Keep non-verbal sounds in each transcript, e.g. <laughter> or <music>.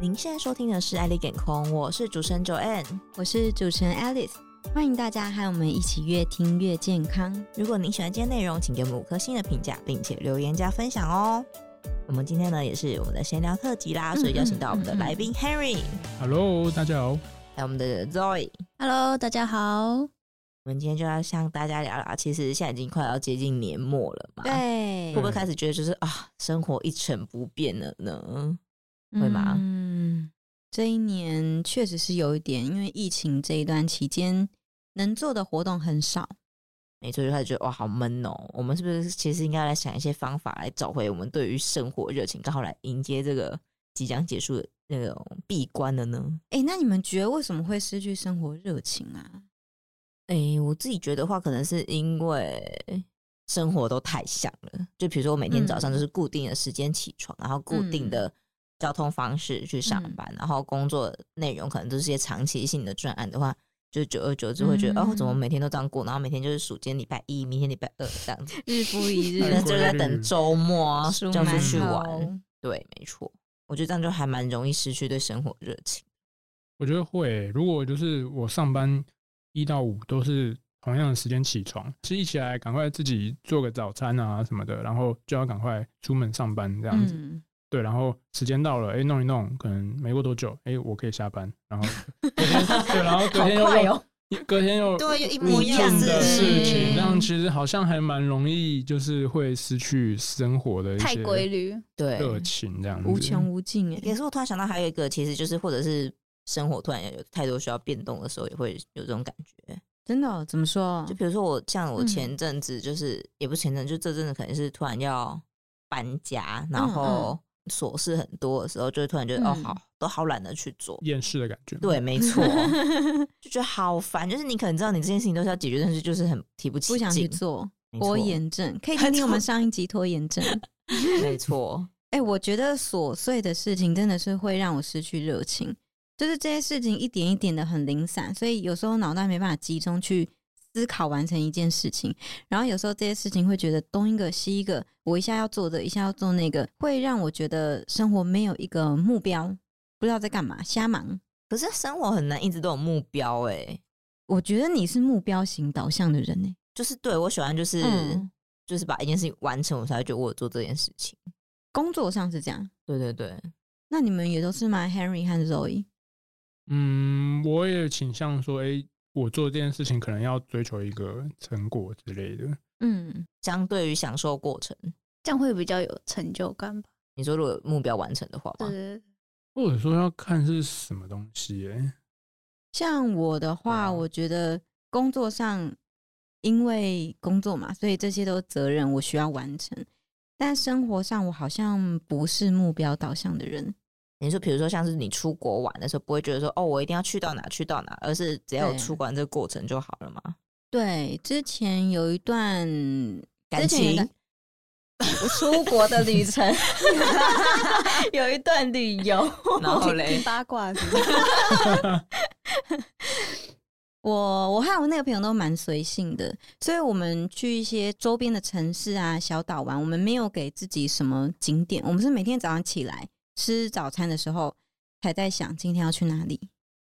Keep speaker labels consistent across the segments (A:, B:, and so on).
A: 您现在收听的是《爱丽健空》，我是主持人 Joanne。
B: 我是主持人 Alice，欢迎大家和我们一起越听越健康。
A: 如果您喜欢今天内容，请给我们五颗星的评价，并且留言加分享哦。我们今天呢也是我们的闲聊特辑啦，所以邀请到我们的来宾 Henry，
C: Hello，大家好。
A: 还有我们的 Zoe。
B: Hello，大家好。
A: 我们今天就要向大家聊聊，其实现在已经快要接近年末了嘛，会
B: 对
A: 不会开始觉得就是啊，生活一成不变了呢？会吗
B: 嗯，这一年确实是有一点，因为疫情这一段期间能做的活动很少。
A: 没错，就开始觉得哇，好闷哦。我们是不是其实应该来想一些方法来找回我们对于生活热情，刚好来迎接这个即将结束的那种闭关了呢？
B: 哎，那你们觉得为什么会失去生活热情啊？
A: 诶、我自己觉得话，可能是因为生活都太像了。就比如说，我每天早上
B: 嗯
A: 就是固定的时间起床，然后固定的交通方式去上班，然后工作内容可能都是一些长期性的专案的话。就久而久之会觉得，
B: 嗯
A: 哦，怎么每天都这样过？然后每天就是暑假礼拜一，明天礼拜二这样子，
B: 日复一日
A: 可能就是在
C: 嗯
A: 等周末啊
B: 的
A: 这
B: 数
A: 样
B: 馒
A: 出去玩。
B: 头。
A: 对，没错，我觉得这样就还蛮容易失去对生活热情。
C: 我觉得会，如果就是我上班一到五都是同样的时间起床，是一起来赶快自己做个早餐啊什么的，然后就要赶快出门上班这样子。
B: 嗯，
C: 对，然后时间到了，哎，弄一弄，可能没过多久，哎，我可以下班，然后隔天对，然后隔天又用、
A: 哦！
C: 隔天又
A: 对，又一模
C: 无
A: 一样
C: 尽的事情，啊
B: 嗯
C: 这样其实好像还蛮容易，就是会失去生活的一
D: 太
C: 些
D: 规
A: 嗯
D: 律，
C: 热
A: 对。
C: 情这样子，
B: 无穷无尽哎。
A: 也是我突然想到还有一个，其实就是或者是生活突然有太多需要变动的时候，也会有这种感觉。
B: 真的哦、怎么说
A: 就？比如说我像我
B: 嗯
A: 前阵子就是、也不是前阵，就这阵子可能是突然要搬家，然
B: 嗯
A: 后琐事很多的时候，就会突然觉得、哦，
B: 嗯
A: 好都好懒得去做。
C: 厌世的感觉。
A: 对，没错，就觉得好烦。就是你可能知道你这件事情都是要解决，但是就是很提不起
B: 不想去
A: 劲。
B: 做，
A: 没错
B: 拖延症可以听听我们上一集拖延症。
A: 没错，
B: 哎、我觉得琐碎的事情真的是会让我失去热情，就是这些事情一点一点的很零散，所以有时候脑袋没办法集中去思考完成一件事情，然后有时候这些事情会觉得东一个西一个，我一下要做这，一下要做那个，会让我觉得生活没有一个目标，不知道在干嘛，瞎忙。
A: 可是生活很难一直都有目标哎、
B: 我觉得你是目标型导向的人呢、欸
A: 就是对我喜欢就是、
B: 嗯
A: 就是把一件事情完成，我才会觉得我有做这件事情。
B: 工作上是这样。
A: 对对对，
B: 那你们也都是吗？Henry 和 Zoe，
C: 嗯，我也倾向说，哎、我做这件事情可能要追求一个成果之类的。
B: 嗯，
A: 相对于享受过程，
D: 这样会比较有成就感吧？
A: 你说如果有目标完成的话
D: 对
A: 吗？
D: 对
C: 或者说要看是什么东西、诶
B: 像我的话，
C: 啊
B: 我觉得工作上因为工作嘛，所以这些都责任我需要完成。但生活上，我好像不是目标导向的人。
A: 你说比如说像是你出国玩的时候，不会觉得说哦，我一定要去到哪去到哪，而是只要有
B: 对
A: 出国玩这个过程就好了嘛。
B: 对，之前有一段
A: 感情
B: 之前有一段出国的旅 <laughs> 程，有一段旅 <laughs> 游，
A: 然后
D: 对，
A: 嘞
D: 听，八卦是不是
B: 我我和我那个朋友都蛮随性的，所以我们去一些周边的城市啊、小岛玩，我们没有给自己什么景点，我们是每天早上起来吃早餐的时候才在想今天要去哪里。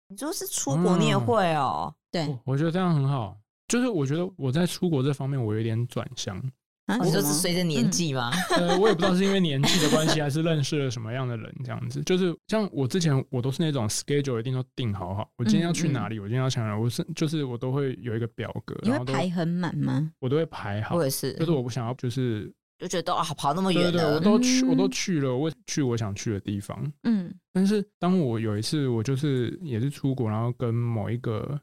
A: 你说是出国你也会哦，
B: 对
C: 我我觉得这样很好。就是我觉得我在出国这方面我有点转向，
B: 啊，
C: 哦
A: 你说
B: 什
A: 是
B: 么
A: 随着年纪吗？
C: 呃，我也不知道是因为年纪的关系，还是认识了什么样的人这样子。就是像我之前，我都是那种 schedule 一定都定好好，我今天要去哪里，我今天要去哪里，我是就是我都会有一个表格，
B: 嗯你会
C: 然后都
B: 排很满吗？
C: 我都会排好
A: 我，也是，
C: 就是我不想要就是
A: 就觉得啊，跑那么
C: 对
A: 远
C: 对，我
A: 了，
C: 都去，我都
B: 嗯
C: 去了，我去我想去的地方。
B: 嗯
C: 但是当我有一次，我就是也是出国，然后跟某一个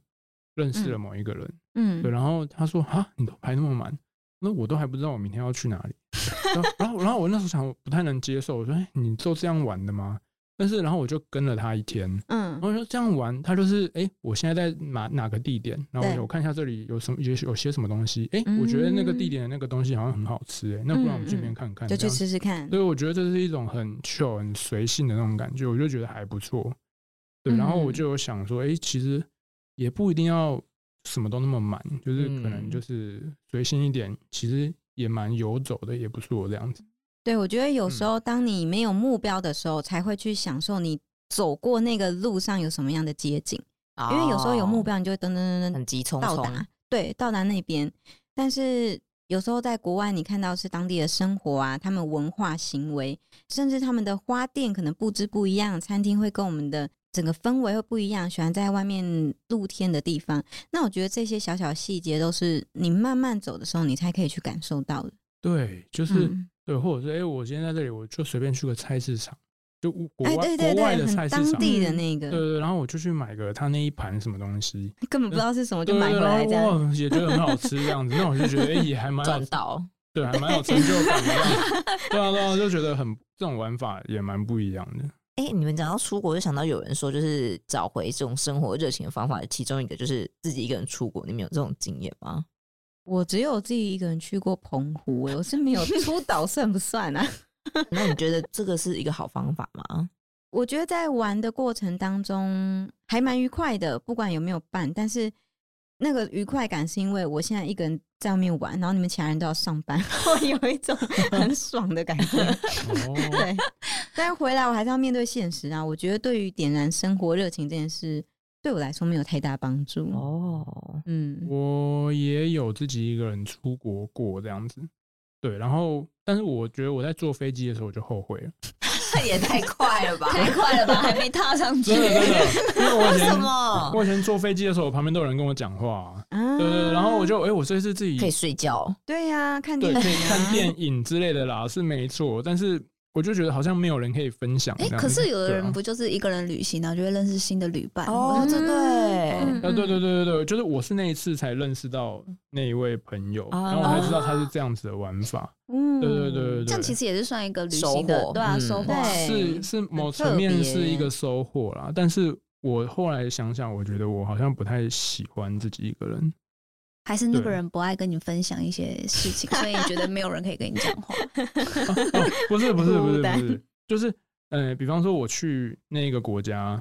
C: 认识了
B: 嗯
C: 某一个人，对，
B: 嗯，
C: 然后他说：“哈，你都排那么满，那我都还不知道我明天要去哪里。”然后，然后，然后我那时候想，我不太能接受，我说哎：“你都这样玩的吗？”但是，然后我就跟了他一天，
B: 嗯
C: 然后我说这样玩，他就是哎、我现在在哪哪个地点？然后我
B: 对
C: 就我看一下这里有什么，有有些什么东西？哎、我觉得那
B: 嗯
C: 个地点的那个东西好像很好吃、哎，那不然我们去那边看看，
B: 就
C: 这
B: 去
C: 样
B: 吃吃看
C: 所。以我觉得这是一种很 chill、很随性的那种感觉，我就觉得还不错。对，
B: 嗯
C: 然后我就有想说，哎、其实也不一定要什么都那么满，就是可能
A: 嗯
C: 就是随性一点，其实也蛮游走的，也不错这样子。嗯
B: 对，我觉得有时候当你没有目标的时候，才会去享受你走过那个路上有什么样的街景，因为有时候
C: 哦
B: 有目标，你就会噔噔噔噔
A: 哦很急匆
B: 到
A: 匆，
B: 达，对，到达那边。但是有时候在国外，你看到是当地的生活啊，他们文化行为，甚至他们的花店可能布置不一样，餐厅会跟我们的整个氛围会不一样，喜欢在外面露天的地方。那我觉得这些小小细节都是你慢慢走的时候，你才可以去感受到的。
C: 对，就是、
B: 嗯
C: 对，或者是哎、诶我今天在这里，我就随便去个菜市场，就我国
B: 哎，
C: 外、
B: 对对
C: 国外
B: 对，
C: 的菜
B: 很
C: 市
B: 当
C: 场，
B: 地的那个，
C: 对对对，然后我就去买个他那一盘什么东西，
B: 根本不知道是什么就
C: 对
B: 买
C: 对
B: 回
C: 然
B: 来
C: 后
B: 这样。
C: 哇也觉得很好吃这样子，那我就觉得哎、诶也还 <laughs> 蛮好
A: 赚，到。
C: 对，还蛮有成就感的这样子。对啊，对啊，就觉得很这种玩法也蛮不一样的。
A: 哎、你们讲到出国，就想到有人说，就是找回这种生活热情的方法，其中一个就是自己一个人出国。你们有这种经验吗？ <laughs>
B: 我只有自己一个人去过澎湖、欸，我是没有 <laughs> 出岛算不算啊？
A: 那你觉得这个是一个好方法吗？
B: 我觉得在玩的过程当中还蛮愉快的，不管有没有伴，但是那个愉快感是因为我现在一个人在外面玩，然后你们其他人都要上班， <laughs> 会有一
C: <laughs>
B: 种很爽的感觉。
C: 哦，
B: 对，但是回来我还是要面对现实啊。我觉得对于点燃生活热情这件事，对我来说没有太大帮助。
A: 哦，
B: 嗯，
C: <laughs> 我也有自己一个人出国过这样子，对，然后但是我觉得我在坐飞机的时候我就后悔了，
A: 这 <laughs> 也 <laughs> 太快了吧
D: 太快了吧，还 <laughs> 没踏上去哎
C: 真，的
D: <laughs>
C: 真的，因为我以
A: 为什
C: 前
A: 么？
C: 我以前坐飞机的时候，我旁边都有人跟我讲话，
B: 啊
C: 对对对，然后我就哎、诶我这次自己
A: 可以睡觉，
B: 对呀、看
C: 对
B: 电
C: 可以
B: 影、啊，
C: 看电影之类的啦，是没错，但是我就觉得好像没有人可以分享这
D: 哎、
C: 样子。
D: 可是有的
C: 对啊
D: 人不就是一个人旅行，然后就会认识新的旅伴
B: 啊
A: 哦这对
D: 嗯
C: 啊，对对对对对，就是我是那一次才认识到那一位朋友，
A: 啊
C: 然后我才知道他是这样子的玩法。
B: 嗯
C: 对对对对
D: 这样
C: 对，
D: 其实也是算一个旅行
A: 收
D: 的
A: 获，
D: 对啊，
A: 嗯
D: 收获啊。
B: 对
C: 是是某层面是一个收获啦。但是我后来想想，我觉得我好像不太喜欢自己一个人。 <laughs>
D: 还是那个
C: 对
D: 人不爱跟你分享一些事
B: <laughs>
D: 情，所以你觉得没有人可以跟你讲话。
C: 啊啊不是不是不
B: 孤
C: 是不
B: 单
C: 是，就是呃，比方说我去那个国家，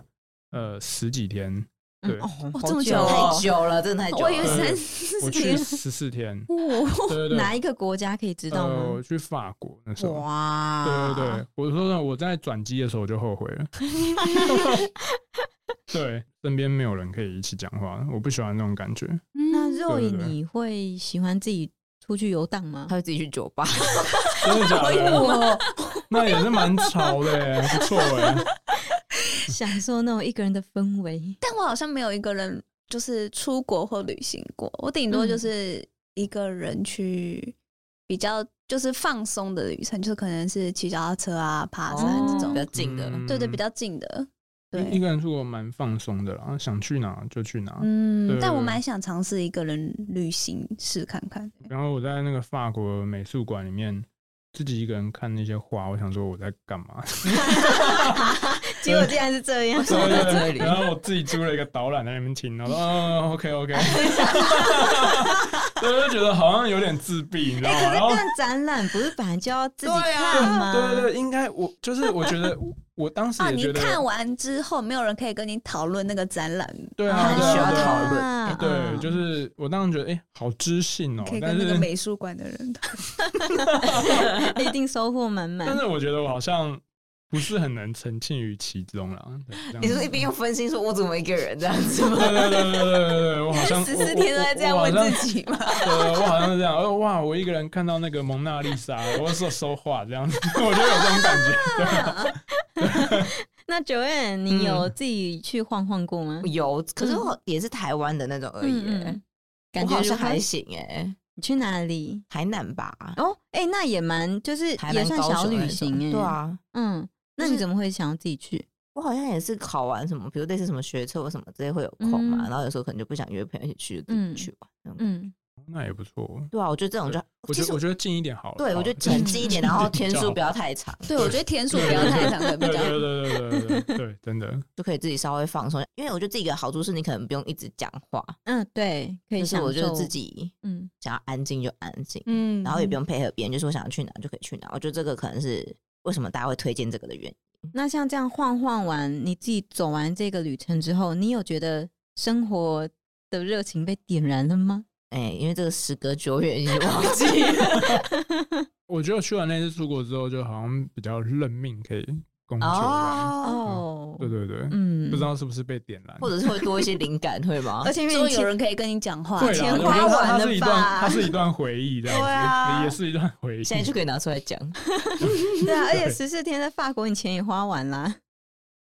C: 呃，十几天，对，
B: 哦，
D: 哇
B: 好
D: 这么
B: 久
D: 久哦
A: 太久了，真的太久了。
D: 我以为
C: 是我
D: 三四
C: 去
D: 天，
C: 十四天，
B: 哦 <laughs>
C: 对对对，
B: 哪一个国家可以知道
C: 呃，
B: 吗
C: 我？去法国那时候，
B: 哇
C: 对对对，我说呢，我在转机的时候我就后悔了。对，身边没有人可以一起讲话，我不喜欢那种感觉。
B: 那若
C: 对
B: 隐
C: 对对
B: 你会喜欢自己出去游荡吗
A: 他？会自己去酒吧，
C: 真的假的？那也是蛮潮的耶，不错哎。
B: <laughs> 享受那种一个人的氛围。
D: 但我好像没有一个人就是出国或旅行过，我顶多
B: 嗯
D: 就是一个人去比较就是放松的旅程，就是可能是骑脚踏车啊、爬山
A: 哦
B: 哦
D: 这
A: 比
D: 种，
A: 较近的。
C: 嗯
D: 对对，比较近的。
C: 一
D: 对，
C: 个人出国蛮放松的啦，想去哪就去哪。对
D: 嗯，
C: 对
D: 但我
C: 对
D: 蛮想尝试一个人旅行试看看。
C: 然后我在那个法国美术馆里面。自己一个人看那些画，我想说我在干嘛？
B: <laughs> 结果竟然是这
C: <laughs>
B: 样，
A: 什么在这里
C: 然后我自己租了一个导览在那边听，然后说嗯，OK
A: <laughs>
C: OK，对，就觉得好像有点自闭，你知道
B: 哎、
D: <laughs>
C: 吗？然后
B: 可是看展览不是本来就要自己
A: 对啊
B: 看吗？
C: 对对对，应该我就是我觉得我当时
D: 啊，
C: 也
D: 你
C: 觉得，
D: 看完之后，没有人可以跟你讨论那个展览，
C: 对啊，
A: 很
C: 对啊
A: 需要
C: 对啊
A: 讨论
B: 啊
D: 嗯
C: 对，就是我当时觉得，哎、好知性哦、
D: 可以
C: 但
D: 跟那
C: 是
D: 个美术馆的人讨
B: <laughs> 一定收获满满
C: 但。是我觉得我好像不是很能沉浸于其中啦。对这样
A: 你
C: 子
A: 说一边又分心，说我怎么一个人这样子吗？
C: 对对对对对对对，我好像
D: 论，十四天都在这样问
C: <laughs>
D: 自己嘛。
C: 己，我好像对我好像是这样，呃哇，我一个人看到那个蒙娜丽莎，我说说话这样子，我就有这种感觉。对啊
B: 那九月
C: 嗯
B: 你有自己去晃晃过吗？
A: <laughs> 有，可是我也是台湾的那种而已、
B: 嗯
A: 欸
B: 嗯感
A: 我
B: 觉
A: 好
B: 如
A: 像
B: 何
A: 还行哎、欸
B: 你去哪里？
A: 台南吧，
B: 哦，哎、那也蛮就是
A: 台
B: 也
A: 南
B: 算
A: 高
B: 小
A: 雄那
B: 旅
A: 种
B: 行哎、
A: 对，啊，
B: 嗯，那
A: 就是
B: 你怎么会想要自己去？
A: 我好像也是考完什么，比如类似什么学测或什么之类会有空嘛，
B: 嗯
A: 然后有时候可能就不想约朋友一起去，就自己
B: 嗯
A: 去玩。嗯，
B: 嗯，
C: 那也不错，
A: 对啊，我觉得这种就，
C: 我
A: 其
C: 觉
A: 实
C: 得我觉得哦近一点好了。
A: 对我觉得
C: 好了
A: 沉积一点，然后天数不要太长，
D: 对，我觉得天数不要太长，可能比
C: 对
D: 较好
C: 对对对对对对对，真的。
A: 就可以自己稍微放松。因为我觉得自己的好处是你可能不用一直讲话，
B: 嗯，对，可以
A: 就是
B: 享
A: 我觉得
B: 受
A: 自，己
B: 嗯
A: 想要安静就安静，
D: 嗯
A: 然后也不用配合别人，就是我想要去哪就可以去哪。我觉得这个可能是为什么大家会推荐这个的原因。
B: 那像这样晃晃完，你自己走完这个旅程之后，你有觉得生活的热情被点燃了吗？
A: 哎、因为这个时隔久远已经忘记了， <laughs>
C: 我觉得去完那次出国之后，就好像比较认命，可以供求啊。
A: 哦，
B: 哦，
C: 对对对，
B: 嗯，
C: 不知道是不是被点燃
A: 或。者是会多一些灵感，会吗？
D: <laughs> 而且
B: 因为
D: 终
B: 你
D: 于有人可以跟你讲话，
C: 对啦，
D: 钱
C: 我
D: 花
C: 觉得它
D: 完
C: 它是一
D: 了
C: 段，它
D: 吧？
C: 是一段回忆，这样子，
D: 对啊
C: 也是一段回忆。
A: 现在就可以拿出来讲，
B: <laughs> 对啊，而且
C: 对
B: 十四天在法国，你钱也花完啦。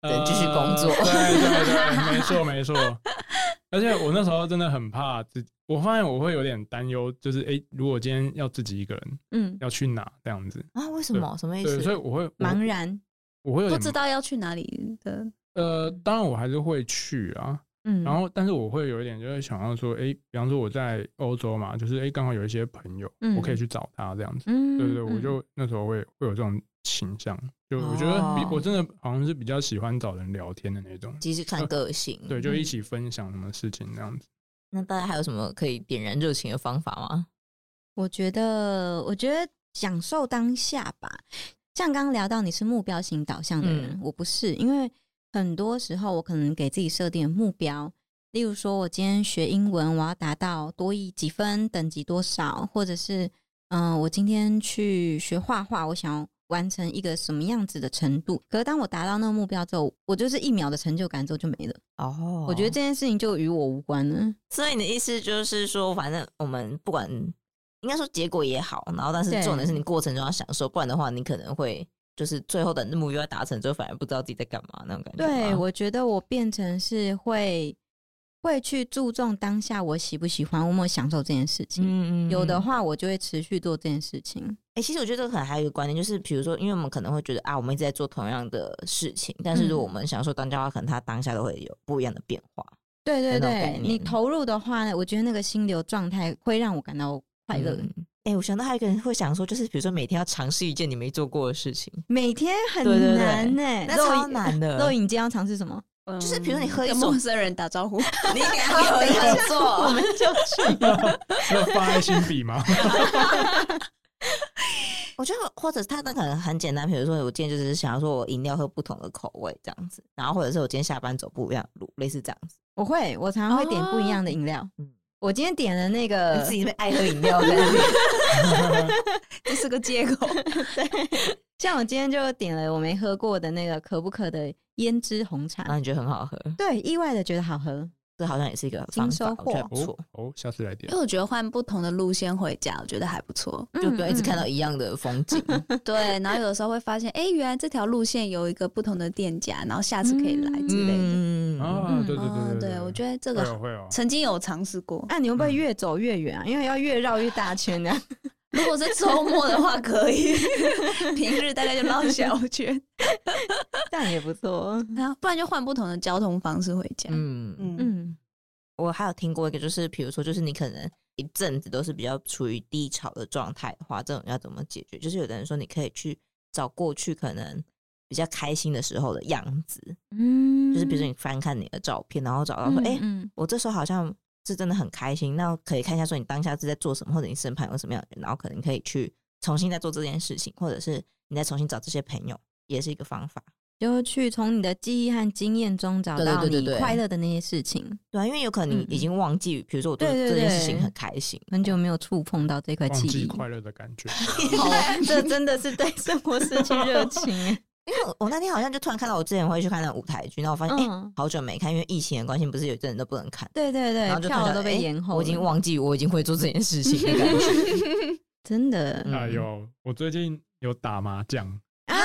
A: 对继续工作
C: 呃对对对，没错没错。 <laughs> 而且我那时候真的很怕自己，我发现我会有点担忧，就是诶，如果今天要自己一个人
B: 嗯
C: 要去哪这样子，
A: 啊？为什么？什么意
C: 对，所
A: 思？
C: 以我会我
B: 茫然，
C: 我会有
D: 不
C: 点
D: 知道要去哪里的，
C: 呃，当然我还是会去啊，
B: 嗯，
C: 然后但是我会有一点就是想要说，诶，比方说我在欧洲嘛，就是诶，刚好有一些朋友，
B: 嗯
C: 我可以去找他这样子。
B: 嗯，
C: 对对对，我
B: 嗯
C: 就那时候会会有这种倾向，就我觉得比、
A: 哦
C: 我真的好像是比较喜欢找人聊天的那种，
A: 其实看个性。
C: 对，就一起分享什么事情这样子。 <laughs>
A: 那大家还有什么可以点燃热情的方法吗？
B: 我觉得，我觉得享受当下吧。像刚刚聊到你是目标型导向的人，
A: 嗯
B: 我不是，因为很多时候我可能给自己设定的目标，例如说我今天学英文，我要达到多一几分，等级多少，或者是嗯、呃我今天去学画画，我想要完成一个什么样子的程度。可是当我达到那个目标之后，我就是一秒的成就感之后就没了。
A: 哦
B: 我觉得这件事情就与我无关了。
A: 所以你的意思就是说，反正我们不管，应该说结果也好，然后但是
B: 对
A: 重点是你过程中要享受，不然的话，你可能会就是最后的目标达成之后，反而不知道自己在干嘛那种感觉吗。
B: 对，我觉得我变成是会会去注重当下我喜不喜欢，我有没有享受这件事情。
A: 嗯
B: 有的
A: 哎
B: 话，我就会持续做这件事情。、
A: 诶其实我觉得这个可能还有一个观念，就是比如说，因为我们可能会觉得啊，我们一直在做同样的事情，但是如果
B: 嗯
A: 我们享受当下的话，可能它当下都会有不一样的变化。
B: 对对
A: 那种概
B: 对，你
A: 念
B: 投入的话呢，我觉得那个心流状态会让我感到快乐。
A: 嗯哎、我想到还有一个人会想说，就是比如说每天要尝试一件你没做过的事情，
B: 每天很
A: 对对对
B: 难呢、欸，
A: 那
B: 肉
A: 超
B: 饮
A: 难 <laughs> 的
B: 肉影今天要尝试什么？
D: 嗯
A: 就是比如你喝一
D: 跟
A: 种
D: 陌生人打招呼，
A: <laughs> 你俩有要
D: <laughs>
A: 做，我们就去。
C: 那放爱心笔吗？
A: 我觉得，或者他那可能很简单，比如说我今天就是想要说我饮料喝不同的口味这样子，然后或者是我今天下班走不一样的路，类似这样子。
B: 我会，我常常会点不一样的饮料。
A: 嗯
B: 我今天点了那个
A: 你自己会爱喝饮料这样子，
D: 这是个借口。
B: 像我今天就点了我没喝过的那个可不可的胭脂红茶，
A: 然后你觉得很好喝，
B: 对，意外的觉得好喝。
A: 这好像也是一个
B: 新
A: 方
B: 收
A: 法，我觉得
B: 获
A: 不错
C: 哦，哦，下次来点
D: 因为。我觉得换不同的路线回家，我觉得还不错。
A: 就不要一直
B: 嗯
A: 看到一样的风景。 <laughs>
D: 对，然后有的时候会发现，哎、原来这条路线有一个不同的店家，然后下次可以来之类的。
A: 嗯，
C: 啊，对对
D: 哦
C: 对
D: 对，我觉得这
C: 会哦
D: 个
C: 有会有。
D: 曾经有尝试过。
B: 啊，你会
A: 嗯
B: 不会越走越远啊？因为要越绕越大圈呢、
D: 如果是周末的话，可以； <laughs> 平日大概就绕小圈，
B: 这样也
A: <laughs>
B: 不错。
D: 然后不然就换不同的交通方式回家。嗯
A: 嗯，
D: 嗯
B: 嗯
A: 我还有听过一个，就是比如说，就是你可能一阵子都是比较处于低潮的状态的话，这种要怎么解决？就是有的人说，你可以去找过去可能比较开心的时候的样子，
B: 嗯
A: 就是比如说你翻看你的照片，然后找到说，哎、
B: 嗯
A: 我这时候好像是真的很开心，那可以看一下说你当下是在做什么，或者你身旁有什么样的人，然后可能可以去重新再做这件事情，或者是你再重新找这些朋友，也是一个方法。
B: 就去从你的记忆和经验中找
A: 对对
B: 到
A: 对对
B: 你
A: 对
B: 快乐的那些事情。
A: 对啊，因为有可能你
B: 嗯
A: 已经忘记，比如说我对
B: 对对
A: 这件事情
B: 对
A: 很开心，
B: 很久没有触碰到这块
C: 忘
B: 记
C: 记
B: 忆，
C: 快乐的感觉，
B: 这真的是对生活失去
A: <laughs>
B: 热情。欸
A: 因为我我那天好像就突然看到我之前会去看那种舞台剧，然后我发现哎、诶
B: 嗯，
A: 好久没看，因为疫情的关系，不是有一阵子都不能看，
B: 对对
A: 然后
B: 对，
A: 就突然
B: 票
A: 想
B: 都被
A: 诶
B: 延后了，
A: 我已经忘记我已经会做这件事情的感觉。 <laughs>
B: 真的
A: 嗯
C: 哎呦，我最近有打麻将，
B: 啊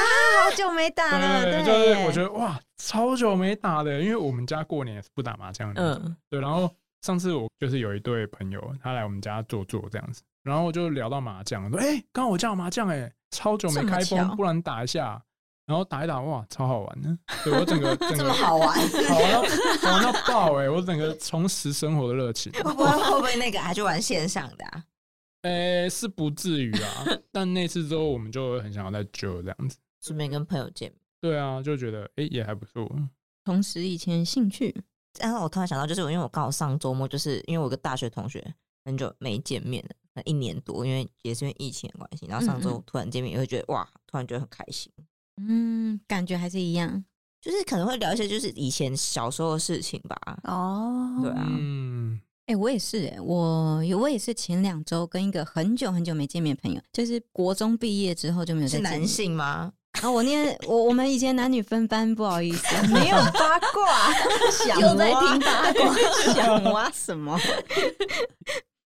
B: 好久没打了。
C: 对，就是
B: 耶
C: 我觉得哇，超久没打的，因为我们家过年也是不打麻将的那种，
A: 嗯
C: 对，然后上次我就是有一对朋友，他来我们家坐坐这样子，然后我就聊到麻将，我说：“哎、刚好我叫麻将，哎，超久没
B: 这么
C: 开
B: 巧
C: 封，不然打一下。”然后打一打，哇，超好玩的！对我
A: <laughs>
C: 整个整
A: 这
C: 个
A: 么好玩，
C: <laughs> 好玩到好玩到爆哎、我整个重拾生活的热情。
A: 会不会会不会那个还去玩线上的、啊？
C: 哎、是不至于
A: <laughs>
C: 啊，但那次之后我们就很想要再揪这样子。
A: 顺便跟朋友见面。
C: 对啊，就觉得哎、也还不错。
A: 嗯
B: 重拾以前的兴趣，
A: 然后我突然想到，就是我因为我刚好上周末，就是因为我有个大学同学很久没见面了，可能一年多，因为也是因为疫情的关系。然后上
B: 嗯
A: 周突然见面，也会觉得哇，突然觉得很开心，
B: 嗯，感觉还是一样。
A: 就是可能会聊一些就是以前小时候的事情吧。
D: 哦，
A: 对啊，
C: 嗯，
B: 哎、我也是、欸，我有我也是前两周跟一个很久很久没见面的朋友，就是国中毕业之后就没有
A: 是
B: 再见面
A: 男性吗？
B: 啊，我念我我们以前男女分班，不好意思，
A: <laughs> 没有八
B: <laughs>
A: 卦，想啊
B: 又在
A: 挖
B: 听八卦， <laughs>
A: 想挖什么？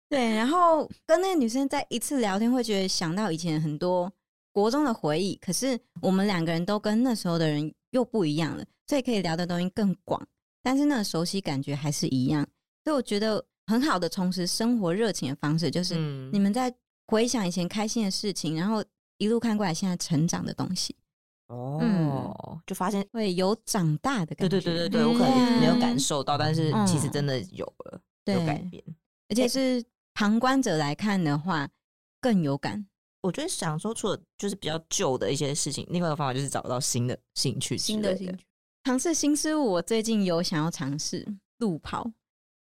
B: 对，然后跟那个女生在一次聊天，会觉得想到以前很多国中的回忆，可是我们两个人都跟那时候的人又不一样了，所以可以聊的东西更广，但是那个熟悉感觉还是一样。所以我觉得很好的重拾生活热情的方式，就是
A: 嗯
B: 你们在回想以前开心的事情，然后一路看过来现在成长的东西，
A: 哦，就发现，
B: 会有长大的
A: 对
B: 感
A: 对
B: 觉。
A: 对对对，我可能没有感受到，但是其实
B: 嗯
A: 真的有了，有改
B: 对
A: 变。
B: 而且是旁观者来看的话更有感。
A: 我觉得想说，除了就是比较旧的一些事情，另外一个方法就是找到新的兴趣之
D: 新的
A: 类
D: 兴趣。
B: 尝试新事物，我最近有想要尝试路跑。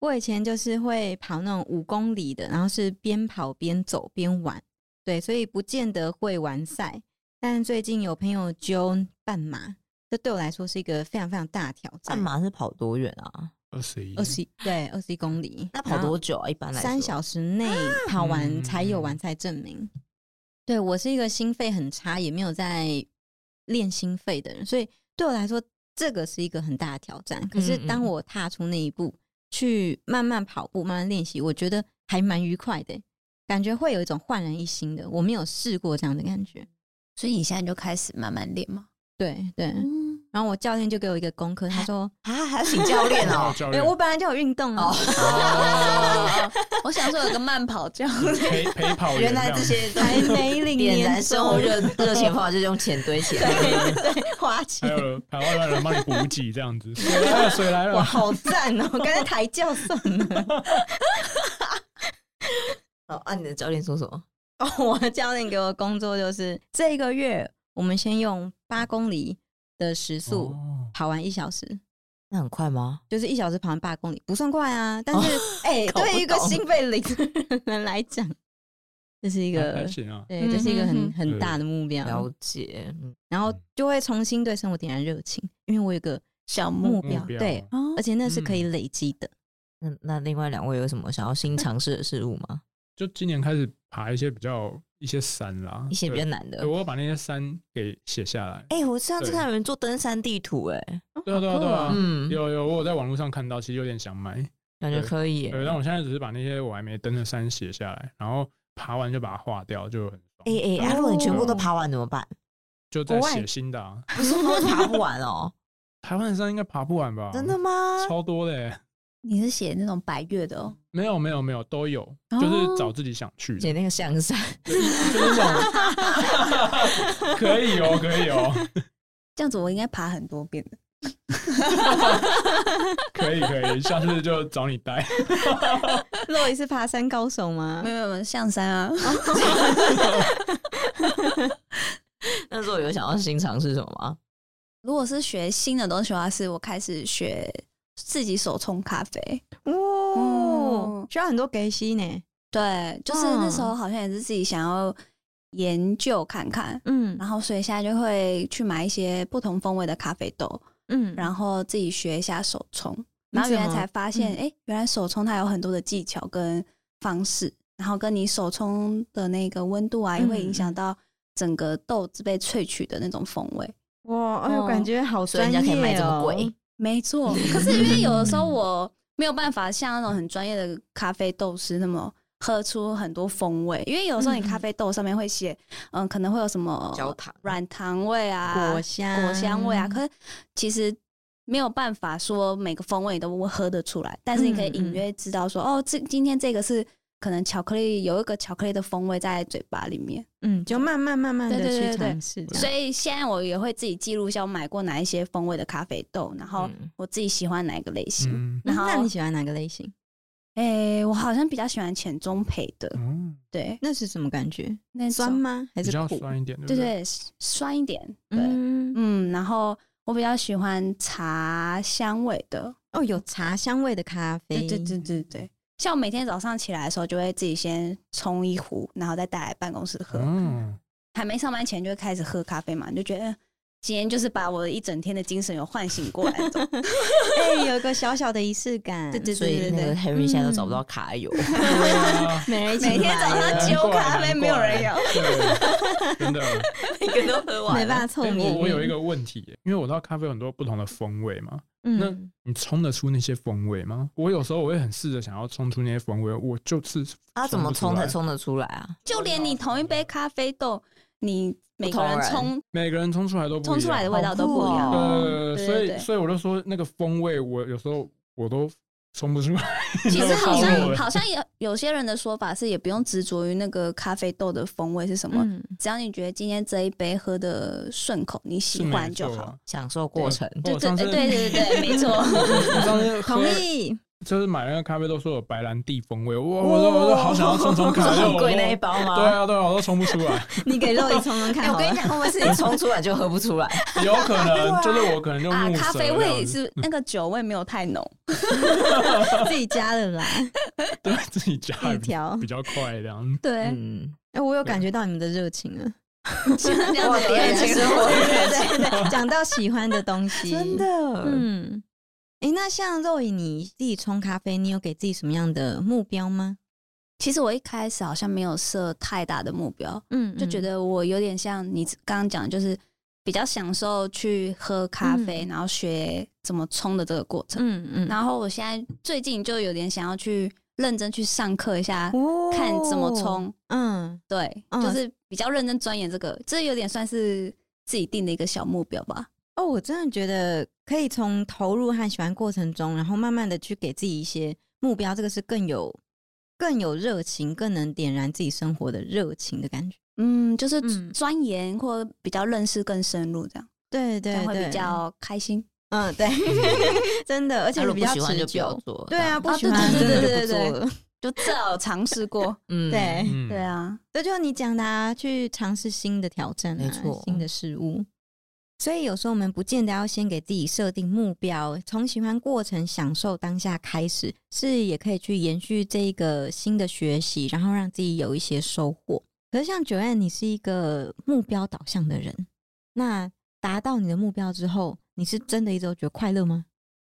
B: 我以前就是会跑那种五公里的，然后是边跑边走边玩，对，所以不见得会完赛。但最近有朋友揪半马，这对我来说是一个非常非常大的挑战。
A: 半马是跑多远啊？
C: 二十一，
B: 二十对二十一公里，
A: 那跑多久啊？一般来说
B: 三小时内跑完
C: 嗯。
B: 才有完赛证明。啊对我是一个心肺很差，也没有在练心肺的人，所以对我来说，这个是一个很大的挑战。可是
A: 嗯嗯
B: 当我踏出那一步，去慢慢跑步、慢慢练习，我觉得还蛮愉快的，感觉会有一种焕然一新的。我没有试过这样的感觉。
D: 所以你现在就开始慢慢练嘛。
B: 对对，
D: 嗯，
B: 然后我教练就给我一个功课，他说
A: 啊，还要请教练哦 <laughs>
C: 教
B: 哎、
C: 练哦
B: 我本来就有运动啊，
D: 哦我想说有个慢跑教练，
C: 陪陪跑员
A: 原来
C: 这
A: 这
C: 样
A: 些都
B: 还
A: 是
B: 没领
A: 点燃
B: 年
A: 生活
B: 终，
A: 热热
B: <laughs>
A: 情的方法，就是用钱堆起来， <laughs>
B: 对，花钱
C: <laughs> 还。有台湾人帮你补给这样子，水来了，水来
B: <laughs> 哇，
C: 了，
B: 好赞哦！刚才抬轿算了。
A: 哦，按、你的教练说什么？
B: 哦，我的教练给我的工作就是这个月，我们先用八公里的时速
C: 哦
B: 跑完一小时，
A: 那很快吗？
B: 就是一小时跑完八公里，不算快啊。但是， <laughs> 哎、
A: 搞不
B: 对于一个
A: 懂
B: 心肺零的人来讲，这是一
C: 还
B: 个
C: 行啊，
B: 对，这是一个很
D: 嗯
B: 很大的目标。
A: 了解，嗯，
B: 然后就会重新对生活点燃热情，因为我有个
D: 小
B: 目
D: 木
B: 标，
C: 目标
B: 对，
D: 哦
B: 而且那是可以累积的。
A: 那那另外两位有什么想要新尝试的事物吗？
C: 就今年开始爬一些比较一些山啦，
A: 一些比较
C: 对
A: 难的
C: 对。我要把那些山给写下来。
A: 哎、我上次
C: 对
A: 看有人做登山地图、哎，
C: 对啊，对啊，对啊，
A: 嗯，
C: 有有，我有在网络上看到，其实有点想买。
A: 感觉
C: 对
A: 可以、
C: 对，
A: 哎
C: 但我现在只是把那些我还没登的山写下来，然后爬完就把它划掉，就很爽。
A: 哎哎，啊如果你全部都
C: 哦
A: 爬完怎么办？
C: 就在
B: 国外
C: 写新的、啊。
A: <laughs> 不是说爬不完哦，
C: 台湾的山应该爬不完吧？
A: <laughs> 真的吗？
C: 超多的、欸。
D: 你是写那种百越的哦，
C: 没有没有没有，都有，
D: 哦
C: 就是找自己想去
A: 写
C: 的，
A: 那个象 <laughs> 山，
C: 就是那
D: <laughs>
C: 种可以哦，可以哦，
D: 这样子我应该爬很多遍的。
C: 可以可以，下次就找你
D: <laughs>
C: 带。
B: <laughs> 洛伊是爬山高手吗
D: 没？有没有没有，象山啊，
B: 哦
A: 那时候有想要新尝试什么吗？
D: <laughs> 如果是学新的东西的话，是我开始学自己手冲咖啡。
B: 哦
D: 哦，
B: 需要很多给息呢。
D: 对，就是那时
B: 嗯
D: 候好像也是自己想要研究看看，
B: 嗯
D: 然后所以现在就会去买一些不同风味的咖啡豆，
B: 嗯
D: 然后自己学一下手冲，然后
B: 你怎
D: 原来
B: 么
D: 才发现，
B: 嗯
D: 哎、原来手冲它有很多的技巧跟方式，然后跟你手冲的那个温度啊，也会影
B: 嗯
D: 响到整个豆子被萃取的那种风味。
B: 哇，哎呦，
D: 哦
B: 感觉好
A: 所以人
B: 专业
A: 家可
B: 哦！
A: 以卖这么贵，
B: <laughs>
D: 没错，可是因为有的时候我没有办法像那种很专业的咖啡豆师那么喝出很多风味，因为有时候你
B: 嗯
D: 咖啡豆上面会写，嗯，可能会有什么
A: 焦糖
D: 软糖味啊、
B: 果香
D: 果香味啊，可是其实没有办法说每个风味你都喝得出来，但是你可以
B: 嗯嗯
D: 隐约知道说，哦，这今天这个是可能巧克力有一个巧克力的风味在嘴巴里面。
B: 嗯，就慢慢慢慢的
D: 对对
B: 去
D: 对对
B: 尝试这样，
D: 所以现在我也会自己记录一下我买过哪一些风味的咖啡豆，然后
A: 嗯
D: 我自己喜欢哪一个类型。
C: 嗯
B: 嗯
D: 然后
B: 那你喜欢哪个类型？
D: 诶、我好像比较喜欢浅中培的，
C: 嗯，
D: 对，
B: 那是什么感觉？
D: 那种
B: 酸？吗？还
C: 比
B: 是
C: 较
B: 苦？
C: 酸一点，对不
D: 对？对，酸一点，对，嗯
B: 嗯，
D: 然后我比较喜欢茶香味的，
B: 哦，有茶香味的咖啡，
D: 对对对对对。像我每天早上起来的时候，就会自己先冲一壶，然后再带来办公室喝。
C: 嗯，
D: 还没上班前就会开始喝咖啡嘛，你就觉得嗯今天就是把我一整天的精神有唤醒过来的。
B: 哎、有个小小的仪式感，
D: 对对
A: 所以那个 Henry 现在都找不到卡 <laughs> 友，
C: 对啊
B: 每人一起
D: 每天
B: 买
D: 早上
B: 了
D: 九酒咖啡没有人要，
C: 对真
D: <laughs>
C: 的。
A: 每个都喝 <laughs>
B: 没
A: 完
B: 办
A: 了。
B: 法凑
C: 哎
B: 面面。
C: 我我有一个问题耶，因为我知道咖啡有很多不同的风味嘛，那
B: 嗯
C: 你冲得出那些风味吗？我有时候我会很试着想要冲出那些风味，我就是
D: 啊
A: 他怎么冲才冲得出来啊？
D: 就连你同一杯咖啡豆，你每
A: 不
D: 个
A: 同
D: 人
A: 人
D: 冲
C: 每个人冲出来都不
D: 冲
C: 一
D: 出
C: 样
D: 来的味道都不
A: 好
D: 一
A: 酷
D: 样。
A: 哦
C: 呃，
D: 对
C: 所
D: 对
C: 以
D: 对
C: 所以我就说那个风味，我有时候我都冲不出来。
D: 其实
C: <laughs>
D: 好
C: 你知道
D: 像
C: 吗
D: 好像有有些人的说法是，也不用执着于那个咖啡豆的风味是什么，
B: 嗯，
D: 只要你觉得今天这一杯喝的顺口，你喜欢就
C: 啊
D: 好。。
A: 享受过程，
C: 我
D: 对
C: 啊哦上次
D: 对对对
C: <laughs>
D: 对，没错。
C: 我上次喝
B: 同意。
C: 就是买那个咖啡豆说有白兰地风味，我我都我都好想要冲冲看，但是
A: 很
C: 我
A: 贵
C: 都
A: 那一包吗？
C: 对啊对啊，我都冲不出来，
B: 你给肉一冲冲看
A: 哎，
B: 好
A: 我
B: 了，
A: 跟你讲，会不会是你冲出来就喝不出来？
C: 有可能就是我可能就
D: 啊，
C: 木
D: 咖
C: 舌
D: 啡
C: 这
D: 味
C: 样子
D: 是那个酒味没有太浓，
B: 自己加了啦，
C: 对自己加
B: 自己调
C: 比。较快这样。
D: <laughs> 对，
A: <laughs> 嗯，
B: 哎、我有感觉到你们的热情了。
A: 哇，
D: 我
A: 别人其实我
B: 对对对，讲到喜欢的东西，
A: 真的，，
B: 嗯。哎、那像肉饮，你自己冲咖啡，你有给自己什么样的目标吗？
D: <laughs> 其实我一开始好像没有设太大的目标，
B: 嗯
D: 就觉
B: 得，
D: 得我有点像你刚刚讲，就是比较享受去喝咖啡，
B: 嗯
D: 然后学怎么冲的这个过程。
B: 嗯嗯，
D: 然后我现在最近就有点想要去认真去上课一下，
B: 哦
D: 看怎么，冲。
B: 嗯，
D: 对，
B: 嗯
D: 就是比较认真钻研这个，这有点算是自己定的一个小目标吧。
B: 哦，我真的觉得可以从投入和喜欢过程中，然后慢慢的去给自己一些目标，这个是更有更有热情，更能点燃自己生活的热情的感觉。
D: 嗯，就是
B: 嗯
D: 钻研或比较认识更深入，这样
B: 对对
D: 这样会
B: 对，
D: 比较开心。
B: 嗯对，真的，而且
A: 那如果
B: 也比
A: 不
B: 较
A: 喜欢
B: 持
A: 就不要
B: 久。
A: 做。
B: 对啊，，不
D: 啊
B: 喜
D: 对
B: 欢
D: 对
B: 真的就不
D: 对对对
B: 做了。
D: 就至少有尝
B: <laughs>
D: 试过，
A: 嗯，
B: 对
C: 嗯，
D: 对啊，
B: 这就是你讲的啊，去尝试新的挑战、啊，
A: 没错
B: 新的事物。所以有时候我们不见得要先给自己设定目标，从喜欢过程、享受当下开始，是也可以去延续这一个新的学习，然后让自己有一些收获。可是像九安，你是一个目标导向的人，那达到你的目标之后，你是真的一直都觉得快乐吗？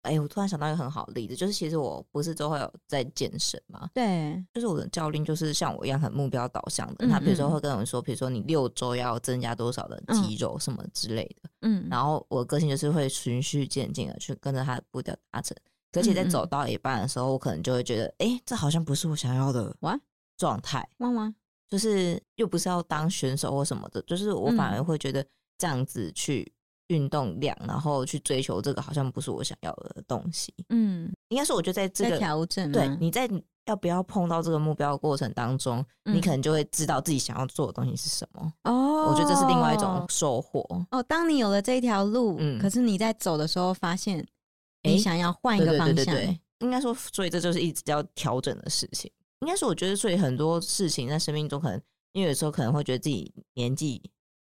A: 哎、我突然想到一个很好的例子，就是其实我不是都会有在健身嘛，
B: 对，
A: 就是我的教练就是像我一样很目标导向的，他比如说
B: 嗯嗯
A: 会跟我们说，比如说你六周要增加多少的肌肉什么之类的，
B: 嗯，
A: 然后我的个性就是会循序渐进的去跟着他的步调达成，而且在
B: 嗯嗯
A: 走到一半的时候，我可能就会觉得，哎、这好像不是我想要的
B: 哇
A: 状态，
B: 汪汪，
A: 就是又不是要当选手或什么的，就是我反
B: 嗯
A: 而会觉得这样子去运动量，然后去追求这个好像不是我想要的东西。
B: 嗯，
A: 应该说，我就在这
B: 在
A: 个
B: 调整啊吗，
A: 对你在要不要碰到这个目标的过程当中，
B: 嗯
A: 你可能就会知道自己想要做的东西是什么。
B: 哦，
A: 我觉得这是另外一种收获。
B: 哦，当你有了这一条路，
A: 嗯
B: 可是你在走的时候发现，
A: 诶
B: 你想要换一
A: 对
B: 个
A: 对
B: 方
A: 对
B: 向，欸
A: 对对，应该说，所以这就是一直要调整的事情。应该说，我觉得所以很多事情在生命中，可能因为有时候可能会觉得自己年纪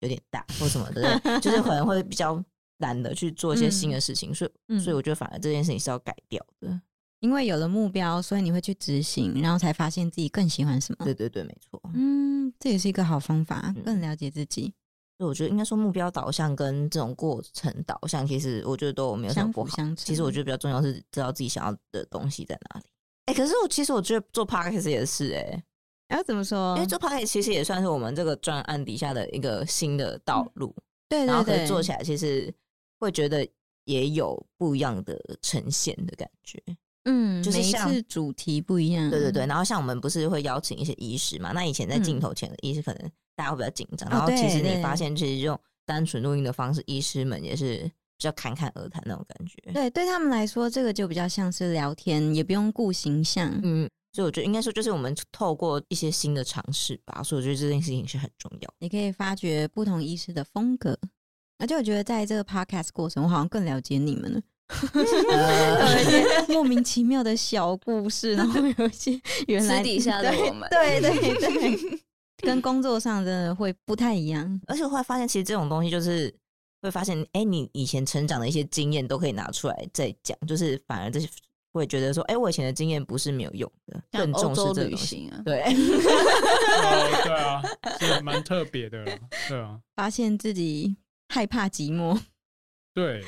A: 有点大或什么的，对就是可能会比较懒得去做一些新的事情，所以、
B: 嗯
A: 所以我觉得反而这件事情是要改掉的。
B: 因为有了目标，所以你会去执行，然后才发现自己更喜欢什么。
A: 对对对，没错。
B: 嗯，这也是一个好方法，
A: 嗯
B: 更了解自己，
A: 所以我觉得应该说目标导向跟这种过程导向，其实我觉得都没有什
B: 相
A: 么不
B: 辅
A: 好。
B: 相成。
A: 其实我觉得比较重要是知道自己想要的东西在哪里。哎、可是我其实我觉得做 podcast 也是哎、
B: 得，要怎么说？
A: 因为做 podcast 其实也算是我们这个专案底下的一个新的道路，
B: 对
A: 然后
B: 对
A: 可
B: 对，
A: 是做起来其实会觉得也有不一样的呈现的感觉。
B: 嗯，
A: 就是
B: 每一
A: 像
B: 次主题不一样。
A: 对对对，，然后像我们不是会邀请一些医师嘛？那以前在
B: 嗯
A: 镜头前的医师可能大家会比较紧张，
B: 哦
A: 然后其实
B: 对
A: 你
B: 对
A: 发现其实用单纯录音的方式，医师们也是比较侃侃而谈那种感觉。
B: 对对他们来说，这个就比较像是聊天，也不用顾形象。
A: 嗯，所以我觉得应该说，就是我们透过一些新的尝试吧，所以我觉得这件事情是很重要。
B: 你可以发掘不同医师的风格。而且我觉得在这个 podcast 过程，我好像更了解你们了。
D: 哦
B: 有一些 <laughs> 莫名其妙的小故事，然后有一些 <laughs> 原来
D: 私底下的
B: 对
D: 我们
B: 对对对，跟工作上真的会不太一样。
A: 而且我后来发现，其实这种东西就是会发现，哎、你以前成长的一些经验都可以拿出来再讲，就是反而这些会觉得说，哎、我以前的经验不是没有用的，
D: 像
A: 更
D: 欧
A: 重视
D: 洲
A: 这个
D: 旅
A: 东西。
D: 行啊，
A: 对， <laughs>
C: 哦，对啊，是蛮特别的啦，对啊，
B: 发现自己害怕寂寞。
C: 对，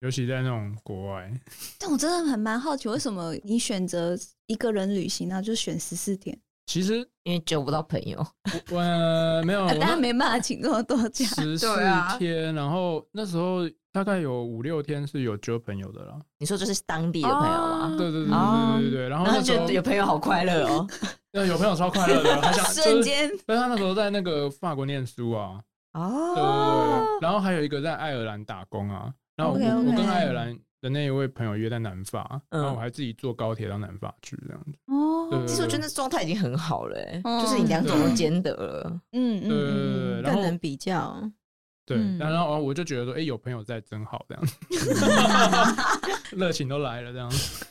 C: 尤其在那种国外，
D: 但我真的很蛮好奇，为什么你选择一个人旅行呢、就选十四天？
C: 其实
A: 因为交不到朋友，
C: 我呃
B: 哦
C: 没有，我
D: 大家
C: 那
D: 啊没办法请这么多假，
C: 十四
A: 对啊
C: 天，然后那时候大概有五六天是有交朋友的啦。
A: 你说这是当地的朋友吗？
C: 对对对
A: 哦
C: 对对对，然后
A: 然后
C: 那时
A: 觉
C: 候
D: 哦
A: 得有朋友好快乐
D: <laughs>
A: 哦，
C: 那有朋友超快乐的，他想
D: 瞬，间
C: 就是但是他那时候在那个法国念书啊，对对
A: 哦
C: 对，，然后还有一个在爱尔兰打工啊，然后我
D: OK，OK
C: 我跟爱尔兰的那一位朋友约在南法，
A: 嗯
C: 然后我还自己坐高铁到南法去这样子。
D: 哦
C: 对对
A: 其
C: 对
A: 实我觉得那状态已经很好了、欸，
D: 嗯
A: 就是你两种都兼得了。
D: 嗯
C: 对
D: 嗯
C: 对对对，
D: 嗯嗯，
C: 然
B: 更
C: 后
B: 能比较，
C: 对，
B: 嗯
C: 然后然后我就觉得说，哎，有朋友在真好，这样子，热情都来了这样子。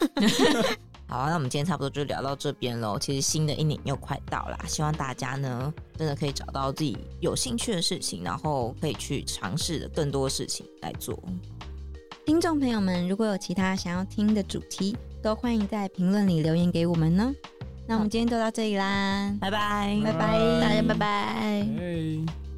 A: 好啊、那我们今天差不多就聊到这边喽。其实新的一年又快到啦，希望大家呢真的可以找到自己有兴趣的事情，然后可以去尝试的更多事情来做。
B: 听众朋友们，如果有其他想要听的主题，都欢迎在评论里留言给我们呢。那我们今天就到这里啦，
A: 拜拜，
B: 拜拜，
C: 拜
B: 拜。
C: 哎。